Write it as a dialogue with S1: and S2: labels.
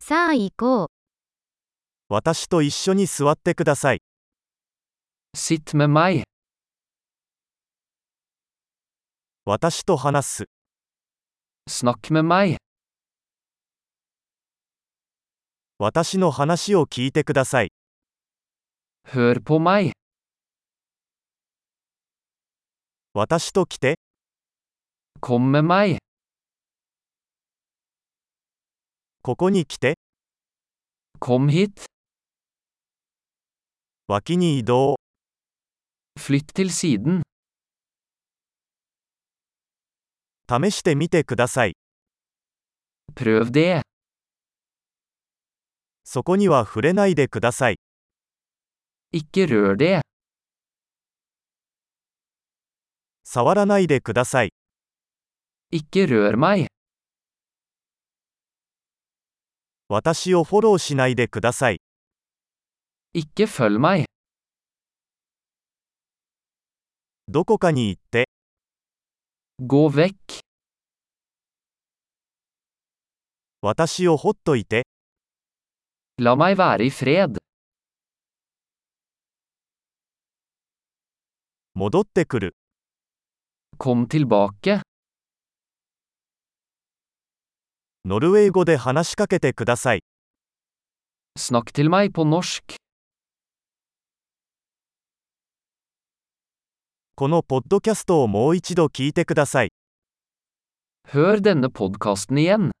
S1: さあ行こう。
S2: 私と一緒に座ってください。
S3: Sitt med mig.
S2: 私と話す。
S3: Snakk med meg.
S2: 私の話を聞いてください。
S3: Hør på meg.
S2: 私と来て、
S3: Kom med meg.
S2: ここに来て、
S3: Kom hit.
S2: 脇に移動、
S3: Flytt til siden.
S2: 試してみてください。
S3: Prøv det.
S2: そこには触れないでください。
S3: Ikke rør det.
S2: 触らないでください。
S3: Ikke rør meg.
S2: 私をフォローしないでください。
S3: Ikke følg meg.
S2: どこかに行って、
S3: Gå vekk.
S2: 私をほっといて、
S3: La meg være i fred.
S2: 戻ってくる。
S3: Kom tilbake.
S2: ノルウェー語で話しかけてください。
S3: Snakk til meg på norsk.
S2: このポッドキャストをもう一度聞いてください。
S3: Hør denne podkasten igjen.